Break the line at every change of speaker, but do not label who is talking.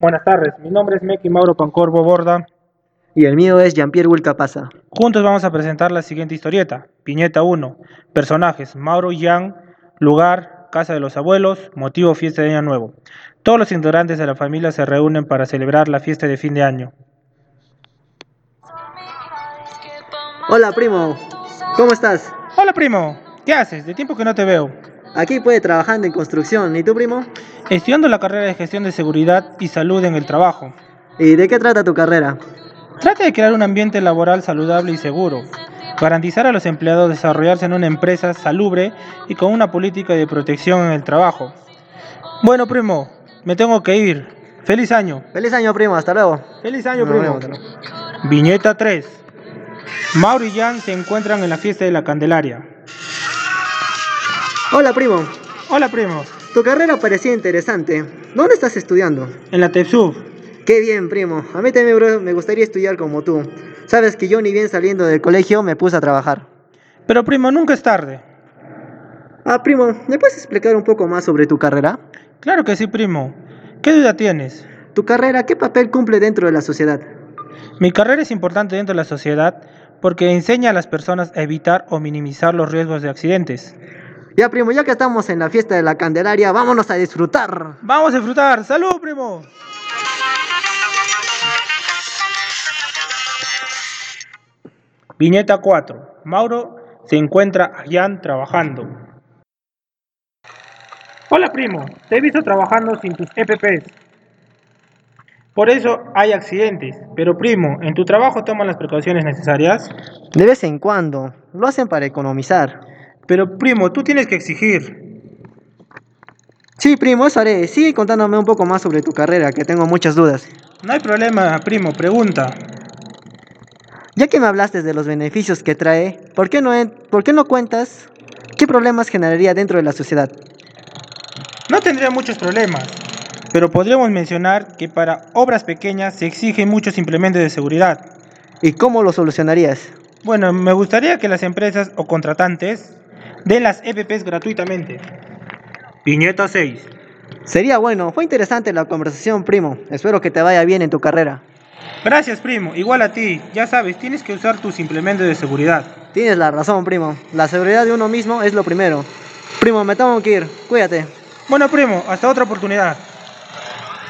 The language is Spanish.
Buenas tardes, mi nombre es Meki Mauro Pancorbo Borda.
Y el mío es Jean-Pierre Wilcapaza.
Juntos vamos a presentar la siguiente historieta, Piñeta 1. Personajes, Mauro Yang, lugar, casa de los abuelos, motivo fiesta de año nuevo. Todos los integrantes de la familia se reúnen para celebrar la fiesta de fin de año.
Hola, primo. ¿Cómo estás?
Hola primo, ¿qué haces? De tiempo que no te veo.
Aquí puede trabajando en construcción. ¿Y tú, primo?
Estudiando la carrera de gestión de seguridad y salud en el trabajo.
¿Y de qué trata tu carrera?
Trata de crear un ambiente laboral saludable y seguro. Garantizar a los empleados desarrollarse en una empresa salubre y con una política de protección en el trabajo. Bueno, primo, me tengo que ir. Feliz año.
Feliz año, primo. Hasta luego.
Feliz año,
Nos
primo.
vemos.
Viñeta 3. Mauro y Jan se encuentran en la fiesta de la Candelaria.
Hola, primo.
Hola, primo.
Tu carrera parecía interesante. ¿Dónde estás estudiando?
En la TEPSUB.
Qué bien, primo. A mí también bro, me gustaría estudiar como tú. Sabes que yo ni bien saliendo del colegio me puse a trabajar.
Pero, primo, nunca es tarde.
Ah, primo, ¿me puedes explicar un poco más sobre tu carrera?
Claro que sí, primo. ¿Qué duda tienes?
¿Tu carrera qué papel cumple dentro de la sociedad?
Mi carrera es importante dentro de la sociedad porque enseña a las personas a evitar o minimizar los riesgos de accidentes.
Ya, primo, ya que estamos en la fiesta de la Candelaria, vámonos a disfrutar.
Vamos a disfrutar. Salud, primo. Viñeta 4. Mauro se encuentra a Jan trabajando. Hola, primo. Te he visto trabajando sin tus EPPs. Por eso hay accidentes. Pero, primo, ¿en tu trabajo toman las precauciones necesarias?
De vez en cuando, lo hacen para economizar.
Pero, primo, tú tienes que exigir.
Sí, primo, eso haré. Sigue contándome un poco más sobre tu carrera, que tengo muchas dudas.
No hay problema, primo. Pregunta.
Ya que me hablaste de los beneficios que trae, ¿por qué no, en- por qué no cuentas qué problemas generaría dentro de la sociedad?
No tendría muchos problemas, pero podríamos mencionar que para obras pequeñas se exigen muchos implementos de seguridad.
¿Y cómo lo solucionarías?
Bueno, me gustaría que las empresas o contratantes den las EPPs gratuitamente. Piñeta 6.
Sería bueno, fue interesante la conversación, primo. Espero que te vaya bien en tu carrera.
Gracias, primo. Igual a ti. Ya sabes, tienes que usar tus implementos de seguridad.
Tienes la razón, primo. La seguridad de uno mismo es lo primero. Primo, me tengo que ir. Cuídate.
Bueno, primo, hasta otra oportunidad.